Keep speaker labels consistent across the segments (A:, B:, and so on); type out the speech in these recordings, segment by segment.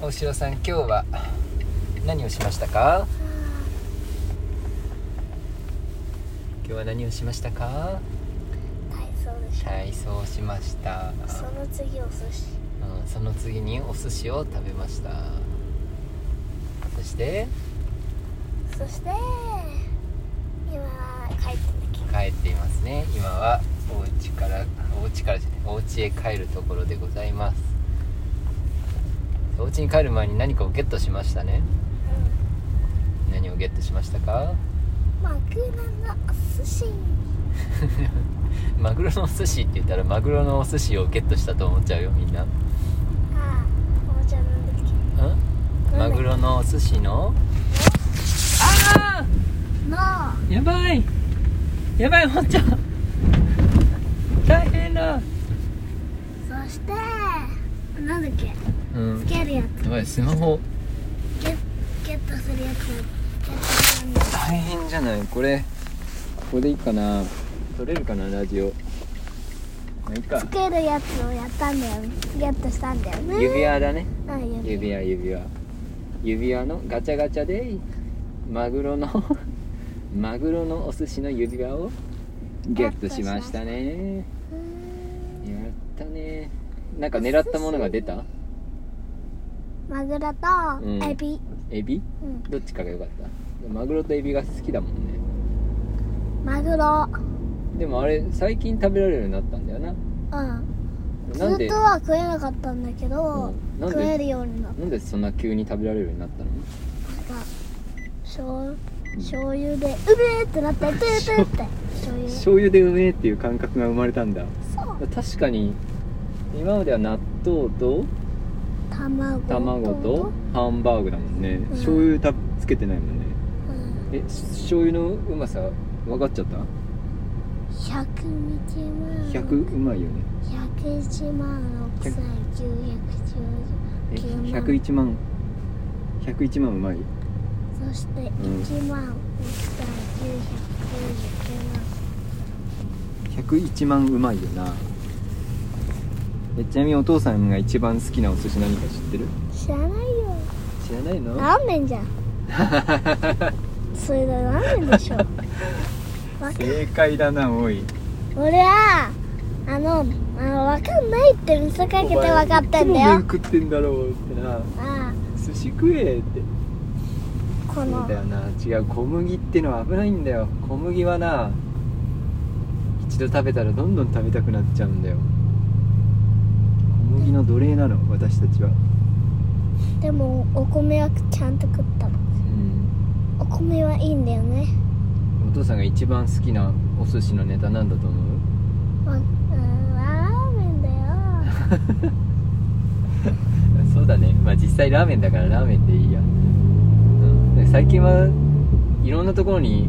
A: 大城さん今日は何をしましたか今日は何をしましたか
B: 体操でしょ
A: 体操をしました
B: その次お寿司
A: うん、その次にお寿司を食べましたそして
B: そして今は帰ってんだっけ
A: 帰っていますね今はお家からお家からじゃないお家へ帰るところでございますお家に帰る前に何かをゲットしましたね何をゲットしましたか
B: うんマグロのお寿司
A: マグロのお寿司って言ったらマグロのお寿司をゲットしたと思っちゃうよみんな
B: ああおもちゃなんだっけ
A: うんマグロのお寿司のあ
B: の
A: ーやばいやばいおっちゃん大変だ
B: そしてなんだっけ
A: うん
B: つけるや
A: やばいスマホ
B: つゲッゲットするやつゲットなんだ
A: 大変じゃないこれここでいいかな撮れるかなラジオまあいいか
B: つけるやつをやったんだよねゲットしたんだよね
A: 指輪だね
B: あ指
A: 指輪指輪指輪のガチャガチャでマグロのマグロのお寿司の指輪をゲットしましたね
B: うーん
A: やったねなんか狙ったものが出た
B: マグロ
A: うん
B: とエビ、
A: エビ
B: うん
A: どっちかが良かったマグロとエビが好きだもんね
B: マグロ
A: でもあれ最近食べられるようになったんだよな
B: うん
A: なん
B: ず
A: で
B: っとは食えなかったんだけど、
A: うんなんで
B: 食えるようになっ
A: なんでそんな急に食べられるようになったの
B: た醤醤油でうめえってなってトゥートゥーって醤油
A: 醤油でうめえっていう感覚が生まれたんだ
B: そう
A: 確かに今までは納豆と
B: 卵と
A: 卵とハンバーグだもんね、醤油たつけてないもんね
B: うん、
A: えし醤油のうまさ分かっちゃった
B: 100日万
A: 100うまいよね
B: 101万6 9
A: え
B: 110
A: 101万101万うまい
B: そして1万6999
A: 101万うまいよなえちなみにお父さんが一番好きなお寿司何か知ってる
B: 万知らないよ
A: 知らないの
B: ラーメンじゃんそれだラーメンでしょ わか
A: 正解だなおい
B: 俺はあのあのわかんないって見せかけてわかったんだ
A: お前いつも麺
B: よ
A: 食ってんだろうってな
B: あ
A: 寿司食えって
B: あこ
A: そう
B: の
A: だよな違う小麦ってのは危ないんだよ小麦はな一度食べたらどんどん食べたくなっちゃうんだよ小麦の奴隷なの私たちは
B: でもお米はちゃんと食ったの
A: うん
B: お米はいいんだよね
A: お父さんが一番好きなお寿司のネタなんだと思う
B: わうんラーメンだよ
A: そうだねまあ実際ラーメンだからラーメンでいいや、うん、で最近はいろんなところに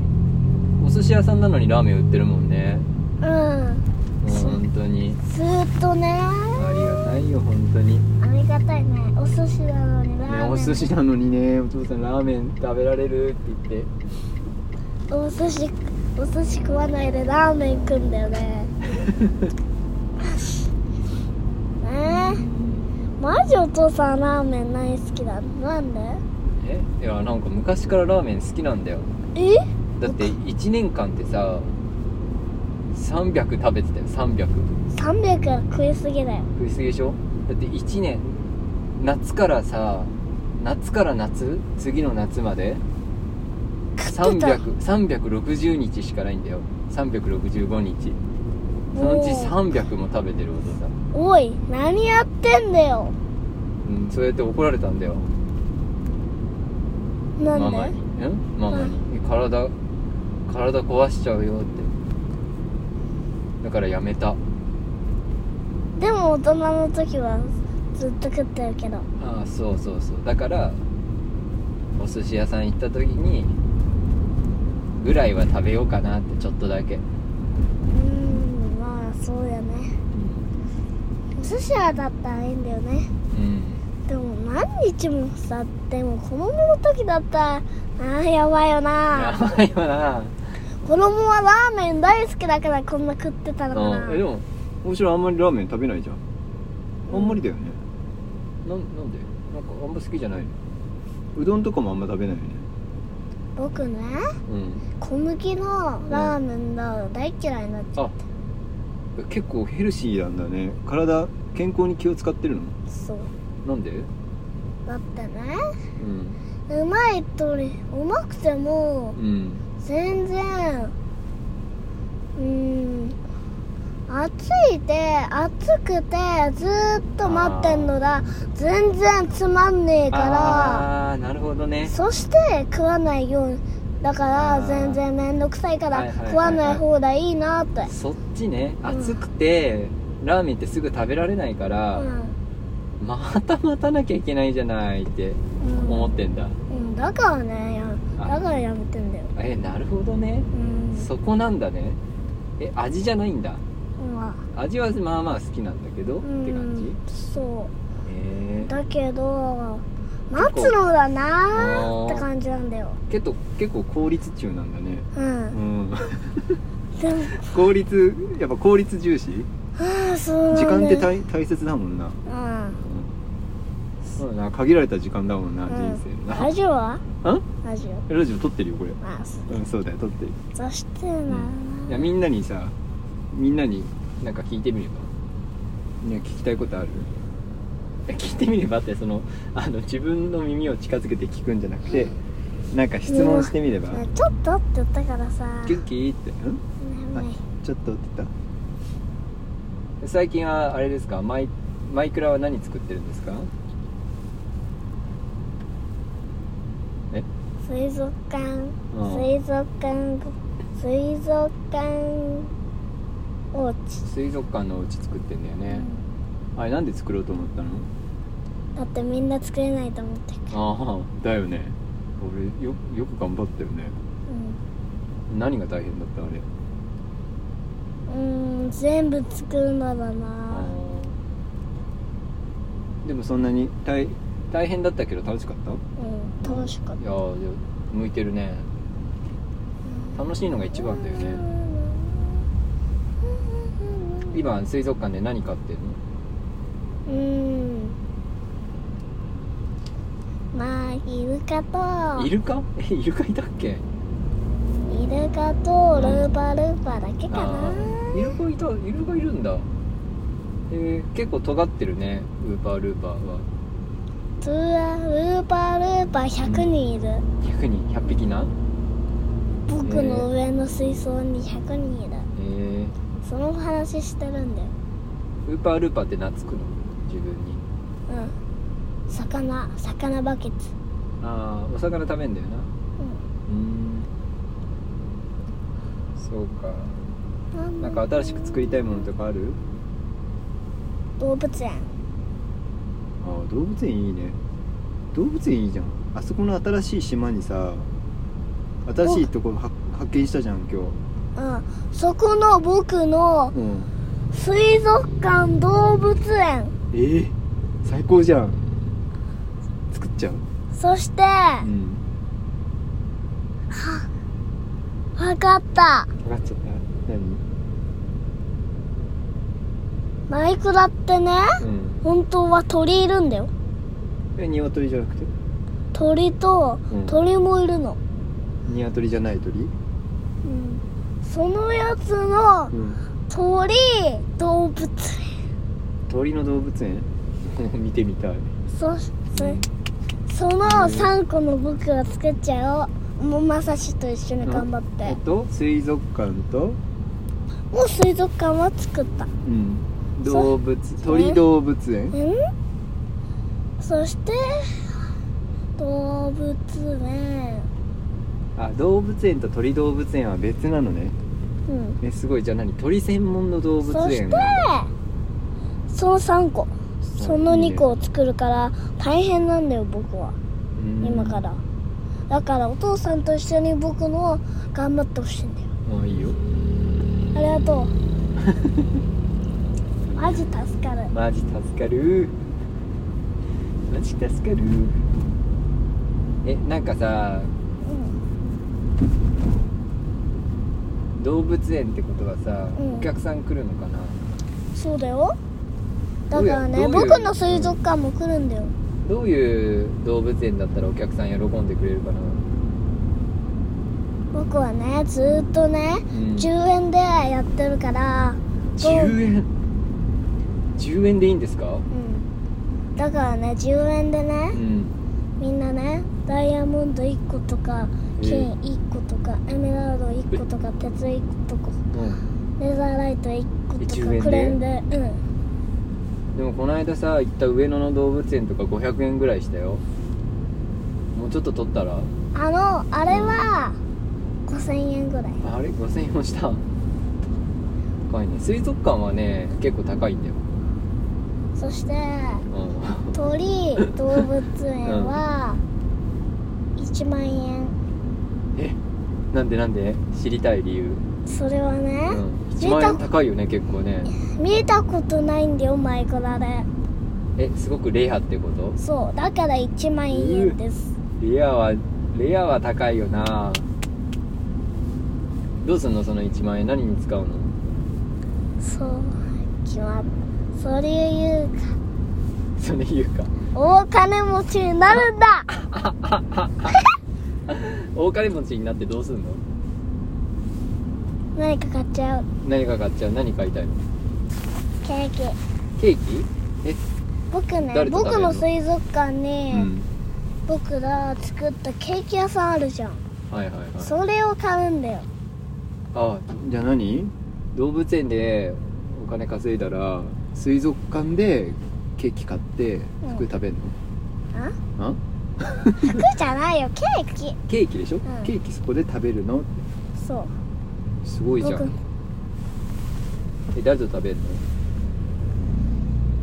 A: お寿司屋さんなのにラーメン売ってるもんね
B: うん
A: もう本当に
B: ずーっとね
A: ありがたいよ本当に、ね、
B: ありがたいねお寿司なのにラーメン
A: お寿司なのにねお父さんラーメン食べられるって言って
B: お寿司お寿司食わないでラーメン食うんだよねねえマジお父さんラーメンない好きだなんで
A: えいやなんか昔からラーメン好きなんだよ
B: え
A: だって1年間ってさ300食べてたよ300
B: 300は食いすぎだよ
A: 食いすぎでしょだって1年夏からさ夏から夏次の夏まで
B: 食ってた
A: 300360日しかないんだよ365日そのうち300も食べてるお父さん
B: おい何やってんだよ
A: うん、そうやって怒られたんだよマ
B: なん
A: マ
B: で
A: にうんママにえ体体壊しちゃうよってだからやめた
B: でも大人の時はずっと食ってるけど
A: ああそうそうそうだからお寿司屋さん行った時にぐらいは食べようかなってちょっとだけ、う
B: うーんまあそうだね
A: ん
B: お寿司屋だったらいいんだよねでも何日もさでも子供の時だったらあーやばいよ
A: や
B: な
A: ばいよな
B: 子供はラーメン大好きだからこんな食ってたのかな
A: うんえでも面白いあんまりラーメン食べないじゃんあんまりだよね、なんなんでなんかあんま好きじゃないねうどんとかもあんま食べないよね
B: 僕ね
A: うん
B: 小麦のラーメンが大嫌いになっちゃう、
A: あ結構ヘルシーなんだね体健康に気を使ってるの
B: そう
A: なんで
B: だってね
A: うん
B: うまいとりうまくても
A: うん
B: 全然うーん暑いて暑くてずーっと待ってんのだ全然つまんねえか
A: ああなるほどね
B: らそして食わないようにだか
A: あ
B: ら
A: ー
B: 全然めんどくさいか
A: はいは
B: ら
A: いはいはい
B: 食わない方がいいなって
A: そっちね
B: うん
A: 暑くて、ラーメンってすぐ食べられないか
B: う
A: ら、
B: ん
A: また待たなきゃいけないじゃないって
B: うん
A: 思ってんだ、
B: うんだからねやだからやめてんだよ
A: えなるほどね
B: うん
A: そこなんだねえ味じゃないんだ
B: まあ
A: 味はまあまあ好きなんだけど、
B: うん
A: って感じへ
B: そう
A: え
B: だけど待つのだなーって
A: あー
B: 感じなんだよ
A: けど結構効率中なんだね
B: う
A: うんん
B: でも
A: 効率やっぱ効率重視
B: ああそうなんだ
A: 時間って大大切だもんな、
B: うん
A: うん、そうだな限られた時間だもんな、
B: うん
A: 人生
B: ラ
A: な
B: ジオは
A: うん
B: ラジオ
A: ラジオ撮ってるよこれ
B: まあそ
A: うんそうだよ撮ってる
B: そしてな、
A: いやみんなにさみんなになんか聞いてみればね聞きたいことあるいや聞いてみればってそ のあの自分の耳を近づけて聞くんじゃなくてなんか質問してみれば
B: ねちょっとって言ったからさ
A: 「キュッキー」って「ん
B: ねね
A: ちょっと」って言った最近はあれですかマイマイクラは何作ってるんですか
B: 水族館
A: うん
B: 水族館水族館おうち、
A: 水族館のお家作ってんだよね、あれなんで作ろうと思ったの
B: だってみんな作れないと思ってるから
A: ああだよね俺よよく頑張ったよね何が大変だったあれ
B: うん、うん、全部作るのだな
A: でもそんなに大大変だったけど楽しかったい
B: うん楽しかった
A: やーいや向いてるね楽しいのが一番だよね今水族館で何飼ってる
B: うんまあイルカと
A: のイルカ えイルカいたっけ
B: イルカとルーパルーパだけかな
A: あーイルカいたイルカいるんだえー、結構尖ってるねウーパールーパーは
B: ツアールーパルーパ100人いる
A: 100人100匹な
B: 僕の上の水槽に100人いる
A: えー、
B: そのお話してるんだよ
A: ウーパールーパーって懐くの自分に
B: うん魚魚バケツ
A: ああお魚食べんだよなうーんそうか
B: うん
A: なんか新しく作りたいものとかある
B: 動物園
A: ああ動物園いいね動物園いいじゃんあそこの新しい島にさ新しいところ発発見したじゃん今
B: うんそこの僕の
A: 日うん
B: 水族館動物園
A: ええ最高じゃん作っちゃう
B: そして
A: うん
B: わかった
A: 分かっちゃった
B: マイクラってね
A: 何うん
B: 本当は鳥いるんだよ
A: え鶏じゃなくて
B: 鳥と
A: うん
B: 鳥もいるの、
A: 鶏じゃない鳥
B: うん、そのやつの
A: ん
B: 鳥動物園
A: 鳥の動物園 見てみたい
B: そしてその3個の僕を作っちゃおうもうまさしと一緒に頑張っ
A: え
B: て
A: っと水族館と
B: もう水族館は作った
A: うん
B: そう
A: 動物鳥動物園
B: うんそして動物園
A: あ動物園と鳥動物園は別なのね
B: うん
A: えすごいじゃあ何鳥専門の動物
B: そして
A: 園なんだ
B: その3個その2個
A: いい
B: を作るから大変なんだよ僕は
A: ねうん
B: 今からだからお父さんと一緒に僕の頑張ってほしいんだよ
A: あいいよ
B: ありがとう マジ助かる
A: マジ助かるマジ助かるえなんかさ
B: うん
A: 動物園ってことはさ、
B: うん
A: お客さん来るのかな
B: そうだよだから
A: ど
B: ね
A: うやどういう
B: 僕の水族館も来るんだよ
A: えどういう動物園だったらお客さん喜んでくれるかな
B: 僕はねずーっとね、
A: うん
B: 10円でやってるから
A: 10円10円でいいんですか
B: うんだからね10円でね
A: う、ん
B: みんなねダイヤモンド1個とか
A: えー
B: 金1個とかエメラルド1個とか鉄1個とかレーザーライト1個と
A: 10円で
B: かクレーンでうん
A: でもこの間さ行った上野の動物園とか500円ぐらいしたよもうちょっと取ったら
B: あのあれは5000円ぐらい
A: あれ5000円もした高いね水族館はね結構高いんだよ
B: そして
A: う
B: 鳥動物園は1万円
A: んえ なんでなんで知りたい理由、
B: それは
A: う
B: ね、
A: ん、
B: 見た
A: 1万円高いよね結構ね
B: 見たことないんだよ前からで
A: えすごくレアってこと
B: そうだから1万円です
A: レアはレアは高いよなどうすんのその1万円何に使うの
B: そう決まっそれ言うか
A: それ言うか
B: 大金持ちになるんだ
A: 大金持ちになってどうすんの
B: 何か買っちゃう
A: 何か買っちゃう何買いたいの
B: ケーキ
A: ケーキえ
B: 僕ね
A: 誰と食べるの
B: 僕の水族
A: う
B: 館に、
A: ん
B: 僕が作ったケーキ屋さんあるじゃん
A: はいはいはい
B: それを買う んだよ
A: あじゃあ何動物園でお金稼いだら水族館でケーキ買って
B: うん
A: 服食べんの、
B: あ
A: あ
B: 服じゃないよケーキ
A: ケーキでしょ、
B: ん
A: ケーキそこで食べるのって
B: そう
A: すごいじゃん
B: 僕
A: え誰と食べる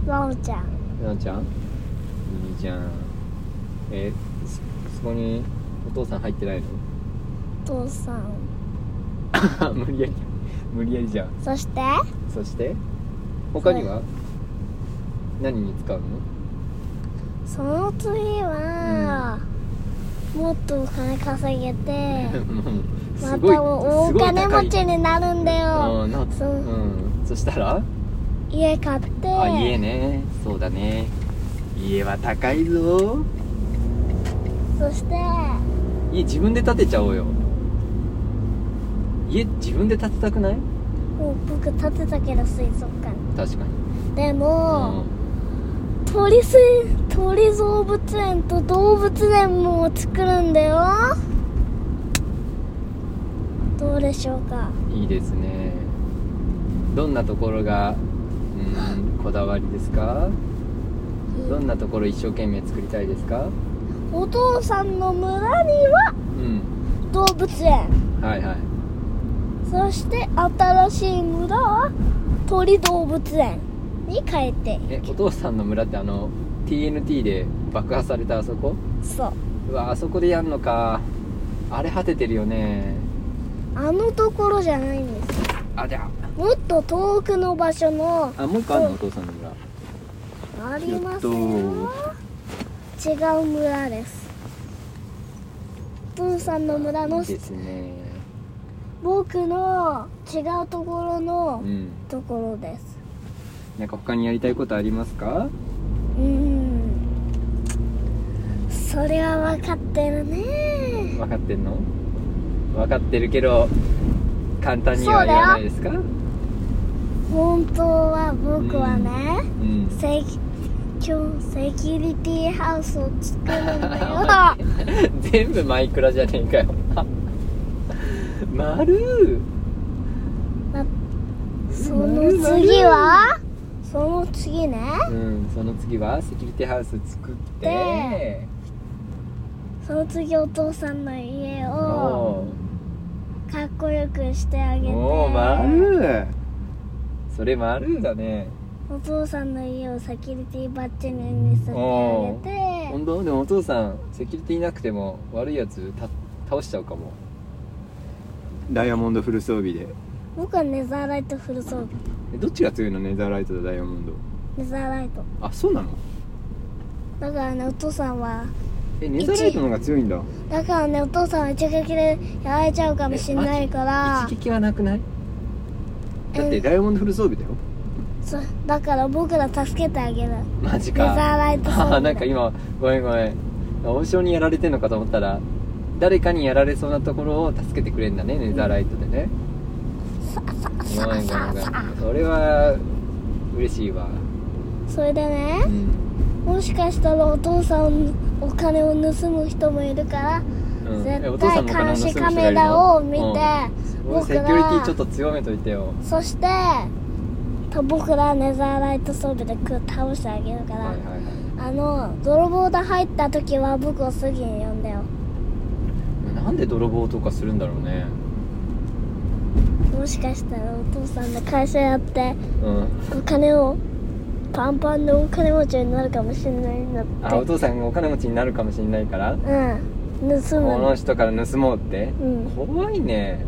B: ワオちゃん
A: のななちゃんいいじゃんえそそこにお父さん入って ない
B: お父さん
A: の無理やり無理やりじゃん
B: そして
A: そして他には何に使うの
B: その次は、もっとお金稼げて
A: す
B: ま
A: ごい
B: たお
A: すごい
B: 金
A: 高い
B: 持ちになるんだよ
A: うんな
B: そう
A: うんそしたら
B: 家買って
A: あ家ねそうだね家は高いぞ
B: そして
A: 家自分で建てちゃおうよ家自分で建てたくない
B: もう僕建てたけど水族館
A: 確かに
B: でも、
A: う
B: 鳥水鳥動物園と動物園も作るんだよどうでしょうか
A: んいいですねどんなところがうんこだわりですかどんなところ一生懸命作りたいですか
B: お父さんの村には
A: うん
B: 動物園
A: はいはい
B: そして新しい村は鳥動物園に変えて
A: えお父さんの村ってあの TNT で爆破されたあそこ
B: そう
A: うわあそこでやんのかあれ果ててるよね
B: あのところじゃないんです
A: あじゃ
B: もっと遠くの場所の
A: ああもう一個あるのお父さんの村
B: ありますよ
A: や
B: 違う村ですお父さんの村
A: い
B: の
A: いですね
B: 僕の違うところ
A: う
B: の
A: ん
B: ところです
A: なんか他にやりたいことありますか
B: うんそれは分かってるね
A: 分かってんの分かってるけど簡単には言わないですかう
B: 本当は僕はね、
A: ん
B: セキ今日セキュリティハウスを作るんだよ
A: 全部マイクラじゃねえかよまる
B: その次はその次ね
A: うんその次はセキュリティハウス作って
B: でその次お父さんの家を
A: お
B: かっこよくしてあげて
A: おまるそれまるだね
B: お父さんの家をセキュリティバッジにして
A: お
B: あげ
A: 本
B: て
A: 当でもお父さんセキュリティなくても悪いやつた倒しちゃうかもダイヤモンドフル装備で
B: 僕はネザーライトフル装備
A: えどっちが強いのネザーライトとダイヤモンド
B: ネザーライト
A: あそうなの
B: だからねお父さんは
A: えネザーライトの方が強いんだ
B: だからねお父さんは一撃でやられちゃうかもしれないから
A: 一撃はなくないだってダイヤモンドフル装備だよ
B: そだから僕ら助けてあげる
A: マジか
B: レザーライトソング
A: あー なんか今ごめんごめん王将にやられてんのかと思ったら誰かにやられそうなところを助けてくれるんだねネザーライトでね、
B: さあさあ
A: ご
B: さ
A: め
B: あ
A: んご
B: さ
A: めん
B: あ
A: ごめ
B: さ
A: んそれは嬉しいわ
B: あそれでね
A: うん、
B: もしかしたらお父さんお金を盗む人もいるから
A: うん、え
B: 絶
A: お父さん
B: 対
A: の金
B: 監
A: 盗む
B: 視
A: 人が
B: カ
A: いるの
B: メラを見て、
A: うん、
B: 僕
A: セキュリティ
B: ら
A: ちょっと強めといてよ
B: そしてと僕らネザーライト装備でく倒してあげるから、
A: はいはいはい、
B: あの泥棒で入った時は僕をすぐに呼んだよ
A: なんで泥棒とかするんだろうね
B: もしかしたらお父さんの会社やって
A: うん
B: お金をパンパンでお金持ちになるかもしれないんだって
A: あお父さんがお金持ちになるかもしれないから
B: うん盗
A: こ
B: む
A: の
B: の
A: 人から盗もうって
B: うん
A: 怖いね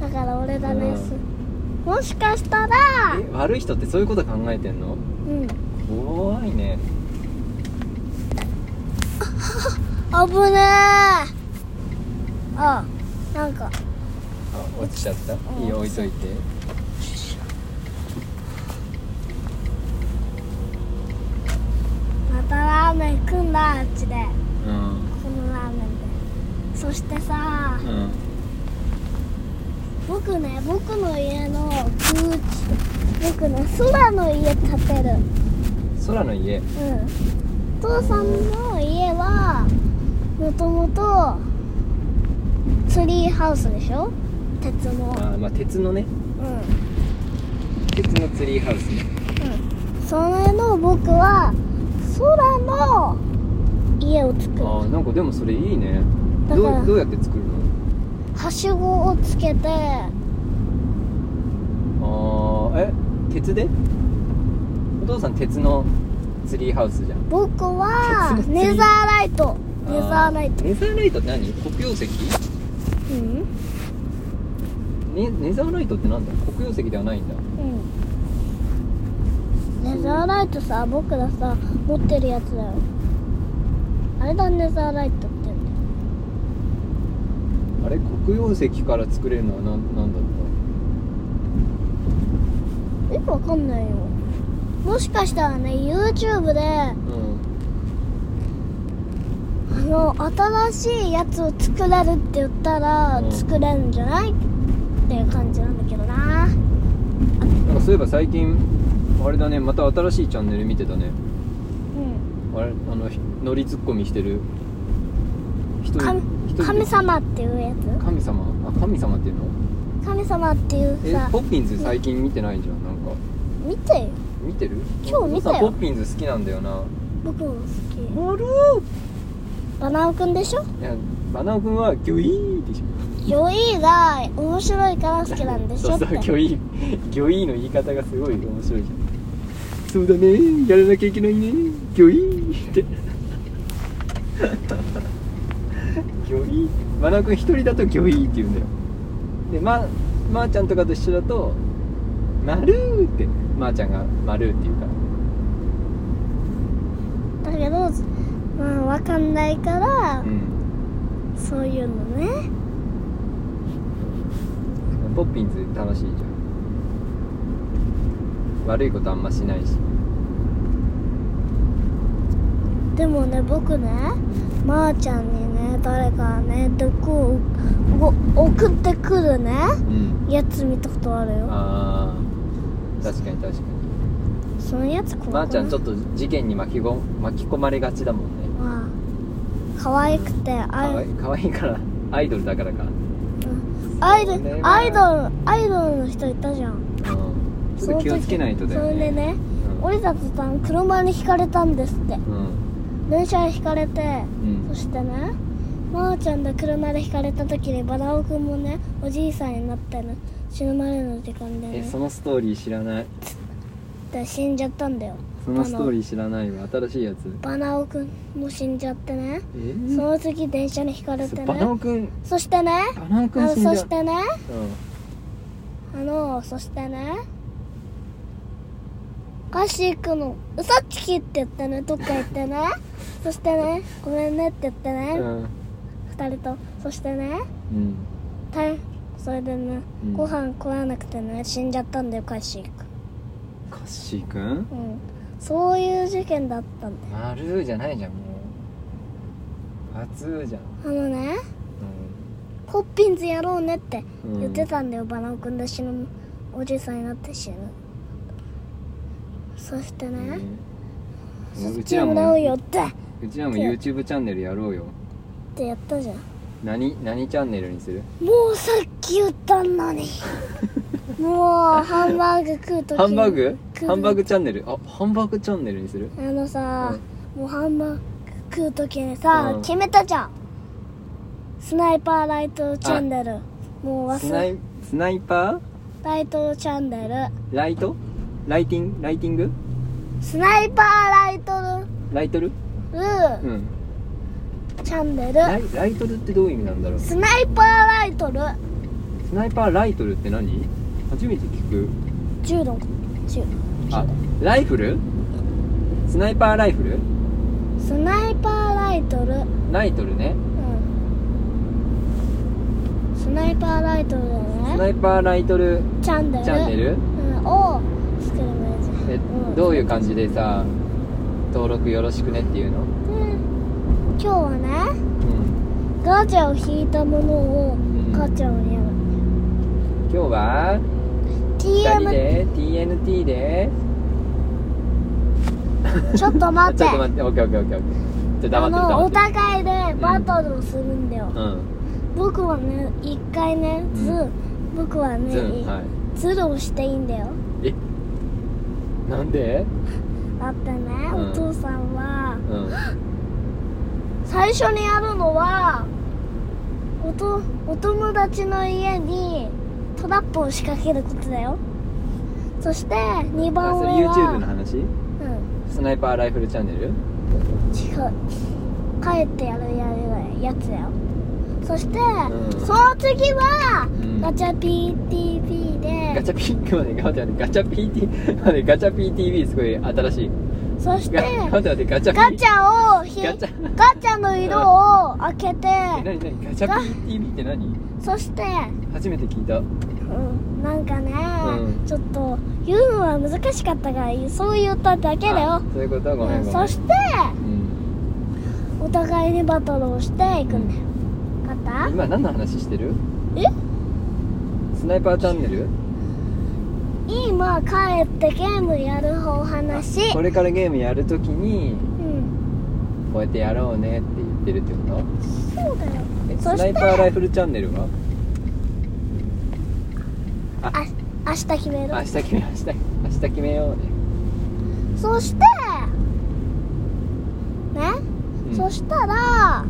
B: だから俺だね、
A: うん
B: すもしかしたら
A: え悪い人ってそういうこと考えてんの
B: うん
A: 怖いね
B: 危ねえあなんか
A: あ落ちちゃった
B: ん
A: いいよ置いといて
B: またラーメン食んだあっちで
A: うん
B: このラーメンでそしてさ
A: うん
B: 僕ね僕の家の空地僕ね空の家建てる
A: 空の家
B: うんお父さんの家はもともとツリーハウスでしょ鉄の
A: あまあ鉄のね
B: うん
A: 鉄のツリーハウスね
B: それの僕は空の家を作る
A: あなんかでもそれいいね
B: だ
A: ど
B: から
A: うどうやって作る
B: はしごをつけて
A: のあーえ鉄でお父さん鉄のツリーハウスじゃん
B: 僕 は
A: 鉄の
B: ネザーライト
A: あ
B: ネザーライト
A: ネザーライトって何黒曜石
B: うん
A: ねネザーライトってなんだ黒曜石ではないんだ
B: うんネザーライトさ僕らさ持ってるやつだよあれだネザーライトって言うんだよ
A: あれ黒曜石から作れるのは何なんだろ
B: えわかんないよもしかしたらね YouTube であ
A: ううん
B: の新しいやつを作れるって言ったら
A: うん
B: 作れるんじゃないっていう感じなんだけど
A: な
B: な
A: んかそういえば最近あれだねまた新しいチャンネル見てたね
B: う
A: あれあのひ乗りツッコミしてる一人
B: 神
A: 一人
B: ん
A: で
B: 神様っていうやつ
A: 神様あ神様っていうの
B: 神様っていう
A: え
B: さ
A: ポッピンズ最近見てないじゃんなんか
B: 見てよ
A: 見てる
B: 今日見たよ
A: お父さんポッピンズ好きなんだよな
B: 僕も好き
A: ある
B: バナオくんでしょ
A: いやバナオ君はギョイーでしょ
B: ヨイが面白いから好きなんでしょ
A: そ
B: っ
A: う
B: て
A: そう魚意魚意の言い方がすごい面白いじゃんそうだねやらなきゃいけないね魚意って魚意マナ君一人だと魚意って言うんだよでままー、ちゃんとかと一緒だと「まるー」ってまー、ちゃんが「まるー」って言うから
B: だけどまあわかんないから
A: うん
B: そういうのね
A: ポッピンズ楽しいじゃん悪いことあんましないし
B: でもね僕ねまー、ちゃんにね誰かね毒をお送ってくるね
A: うん
B: やつ見たことあるよ
A: あー確かに確かに
B: そのやつ怖くな
A: まー、
B: い
A: ちゃんちょっと事件に巻きご巻き込まれがちだもんね
B: まあ可愛くて
A: か
B: あ
A: わいかわいいからアイドルだからかう
B: アイド
A: そうね
B: ル、アイドル、アイドルの人いたじゃん。
A: んちょっと気をつけないとだよ
B: それで
A: ね
B: ね、
A: うん
B: 俺たちさん、車にひかれたんですって。
A: うん
B: 電車にひかれて、
A: うん
B: そしてね、まーちゃんが車でひかれた時に、バラオくんもね、おじいさんになってね、死ぬまでの時間で
A: え
B: ね
A: そ、のストーリー知らない
B: で死んじゃったんだよ。
A: そのストーリー知らないわ新しいやつ
B: バナオくんも死んじゃってね、
A: え
B: その次電車にひかれて
A: そうバナオ
B: ね、
A: くん
B: そしてね、
A: バナオ
B: あ
A: くん
B: の
A: 死んじゃ
B: そうしてね、
A: うん
B: あのそしてねおかしいくの嘘つきって言ってねどっか行ってねそしてねごめんねって言って
A: う
B: ね
A: ん
B: 二、人とそしてね
A: うん
B: たそれでね、
A: うん
B: ご飯食わなくてね死んじゃったんだよカシーく
A: コッシーくん
B: うんそういう事件だったんだよ
A: まるじゃないじゃんもう初じゃん
B: あのねポッピンズやろうねって
A: うん、うん
B: 言ってたんだよ、バナオくんで死ぬおじさんになって死ぬそして
A: ね
B: ね、
A: もうう
B: チ
A: ち
B: ー
A: ら
B: ムラウ
A: も
B: よってっ
A: うちらも YouTube チャンネルやろうよ
B: てやったじゃん
A: 何何チャンネルにする
B: もうさっき言った のにもうハンバーグ食うとき
A: ハンバーグ
B: 来る
A: ハンバーグチャンネルあハンバーグチャンネルにする
B: あのさ、もうハンバーグ食うときにさ、
A: うん
B: 決めたじゃんスナイパーライトチャンネルもう
A: ス
B: 忘
A: ナ
B: れ
A: イスナイパ
B: ライトチャンネル
A: ーライトライティングライティング
B: スナイパーライト
A: ライトルう
B: ル
A: ん
B: チャンネ
A: ラ
B: ル
A: イライトルってどういう意味なんだろうス
B: スナイパーライトル
A: ナイパーライトルって何初めて聞く
B: 銃の銃
A: あライフルスナイパーライフル
B: スナイパーライトル
A: ライトルね
B: うんスナイパーライトルだよ
A: ス
B: ね
A: ナイパーライトル
B: チャンネル
A: チャンネル
B: うん、を作るのやつ
A: え
B: うん
A: どういう感じでさ登録よろしくねっていうの
B: で今日はね
A: うん
B: ガチャを引いたものをガチャをやる
A: 今日は2人
B: TM
A: で TNT で
B: ちょっと待っ
A: ち
B: て
A: ょっと待ってオッケーオッケーオッケーオッケーちょっと黙
B: あ
A: ってる
B: の
A: 黙
B: お
A: って
B: 互いでバトルをするんだよ、
A: る
B: 僕はね一回ねズ、
A: う
B: 僕は
A: うん
B: ね
A: ズンは
B: ズルをしていいんだよ
A: いえなんで
B: だってね、
A: うん
B: お父さんは
A: うん
B: 最初にやるのはおとお友達の家にトラップを仕掛けることだよそして2
A: あ
B: 番
A: それ
B: 上は
A: YouTube の話
B: うん
A: スナイパーライフルチャンネル
B: 違う帰ってやるやるやつだよそして、
A: ん
B: その次は、
A: ん
B: ガチャ PTP
A: ガ
B: で
A: チャピンクまで待って待ってガチャ PT 待ってガチャ PTV すごい新しい
B: そして
A: ガ待って待ってガチャ P
B: ガチャをひ
A: ガチャ
B: ガチャの色を開けて
A: え何何ガチャ PTV って何
B: そして、
A: 初めて聞いた
B: うん、なんかね、
A: うん
B: ちょっと言うのは難しかったからそう言っただけだ
A: あ
B: よ、
A: そういうことごめん
B: うん
A: ごめん
B: そして
A: うん
B: お互いにバトルをしていくんだよ分かっ
A: 今何の話してる
B: たえ
A: スナイパーチャンネル
B: 今帰ってゲームやるお話
A: これからゲームやるときに
B: うん
A: こうやってやろうねって言ってるってこと
B: そうだよ
A: え
B: そして
A: スナイパーライフルチャンネルは
B: あ明日決める
A: 明日決め明日明日決めようね、
B: そしてね、
A: うん
B: そしたら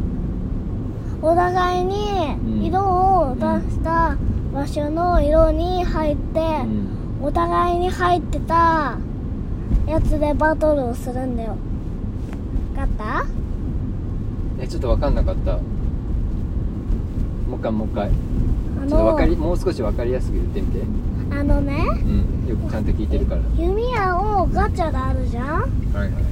B: お互い
A: ん
B: に色を出した場所の色に入って、
A: うん
B: お互いに入ってたやつでバトルをするんだよわかっ
A: えちょっと分かんなかったもう一回もう一回ち
B: たあ
A: ょっと分かり
B: の
A: もう少し分かりやすく言ってみて
B: あのね
A: うんよくちゃんと聞いてるから
B: 弓矢をガチャであるじゃん
A: はいはい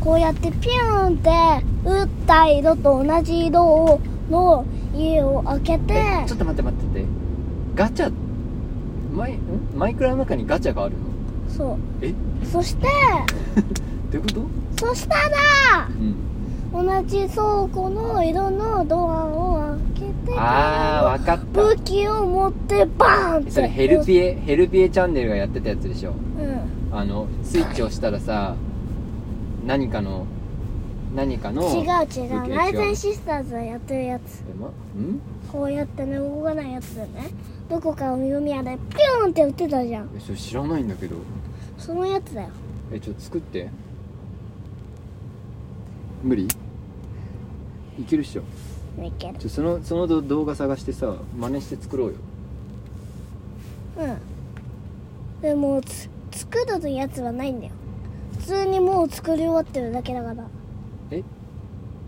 B: こうやってピューンって打った色と同じ色をの家を開けて
A: えちょっと待って待って待ってガチャマイんマイクラの中にガチャがあるの
B: そ
A: え
B: うそして
A: どういうこと
B: そしたら
A: うん
B: 同じ倉庫の色のドアを開けて
A: ああ分かった
B: 武器を持ってバーンって
A: それヘルピエヘルピエチャンネルがやってたやつでしょ
B: うん
A: あのスイッチを押したらさ何かの何かの
B: 違う
A: え
B: 違
A: 武器
B: う
A: 違う
B: ライゼンシスターズがやってるやつ
A: まん
B: こうやってね動かないやつだよねどこかを弓矢でピューンって打ってたじゃん
A: えそれ知らないんだけど
B: そのやつだよ
A: えちょっと作って無理いけるっしょ
B: いける
A: ちょそのその動動画探してさ真似して作ろうよ
B: うんでもつ作るやつはないんだよ普通にもう作り終わってるだけだから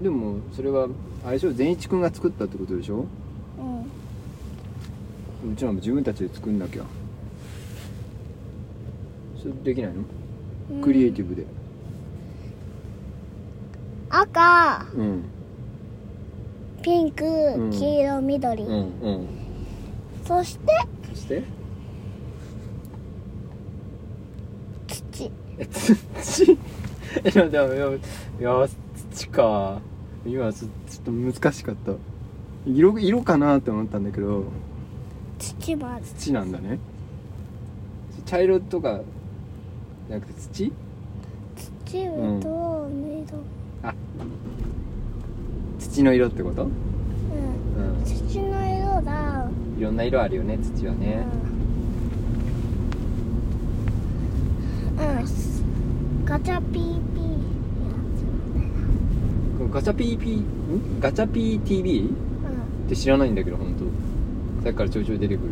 A: でもそれはあれでしょ善一君が作ったってことでしょ
B: うん
A: うちらも自分たちで作んなきゃそれできないの、
B: うん
A: クリエイティブで
B: 赤
A: うん
B: ピンク、
A: ん
B: 黄色緑、
A: うんうん
B: そして
A: そして
B: 土
A: え土 えでもでもいやいや土か今ちょちょっと難しかった色色かなって思ったんだけど
B: 土もある
A: 土なんだね茶色とかじゃなくて土
B: 土と緑
A: 土の色ってこと
B: うん、
A: うん
B: 土の色だ、
A: いろんな色あるよね土は
B: う
A: ね、
B: んうんガチャピーピ
A: ガチャ PP んガチャ PTV
B: ーうん
A: って知らないんだけど本当さっきからちょいちょい出てくる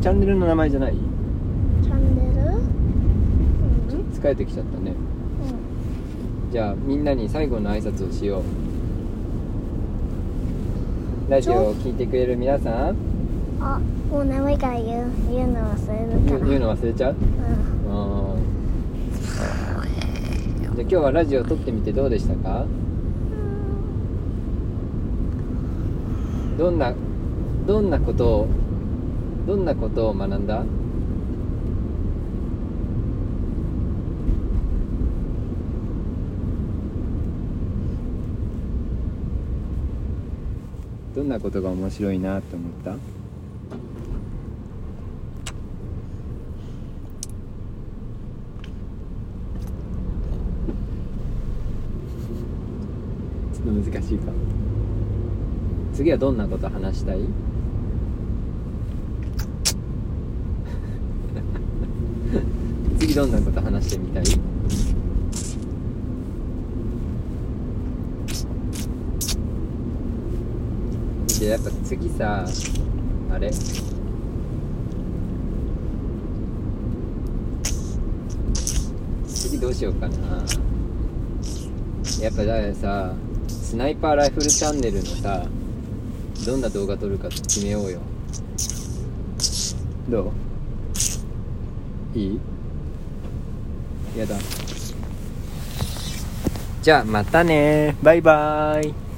A: チャンネルの名前じゃない
B: チャンネル
A: ちょっと疲れてきちゃったね
B: う
A: じゃあみんなに最後の挨拶をしようラジオを聞いてくれる皆さん
B: んあもう眠いから言う言うの忘れる
A: 言
B: から
A: う言うの忘れちゃう
B: うん
A: うーんじゃあ今日はラジオ撮ってみてどうでしたかどんなどんなことをどんなことを学んだどんなことが面白いなって思ったちょっと難しいか次はどんなこと話したい次どんなこと話してみたいでやっぱ次さあれ次どうしようかなやっぱだからさスナイパーライフルチャンネルのさどんな動画撮るか決めようよどういいやだじゃあまたねバイバーイ